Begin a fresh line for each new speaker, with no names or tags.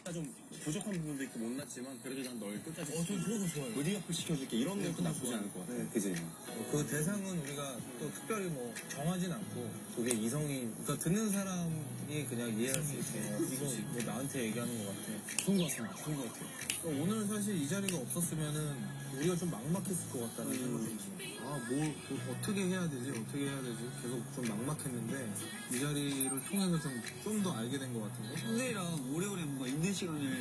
아까 좀 부족한 부분도 있고 못났지만 그래도 난 널 끝까지
어, 좀 그런 거 좋아요.
무디어프 시켜줄게 이런 것도 나쁘지 않을 것 같아 그지
그 대상은 우리가 또 특별히 뭐 정하진 않고 그게 이성이 그러니까 듣는 사람이 그냥 이해할 수 있게 이거 뭐 나한테 얘기하는 것 같아
좋은 것 같아 좋은 것 같아
그러니까 오늘 사실 이 자리가 없었으면은 우리가 좀 막막했을 것 같다는 생각이 들어요 음. 아뭘 뭐, 어떻게 해야 되지 어떻게 해야 되지 계속 좀 막막했는데 이 자리를 통해서 좀 좀 더 알게 된 것 같은데
선생이랑 오래오래 뭔가 힘든 시간을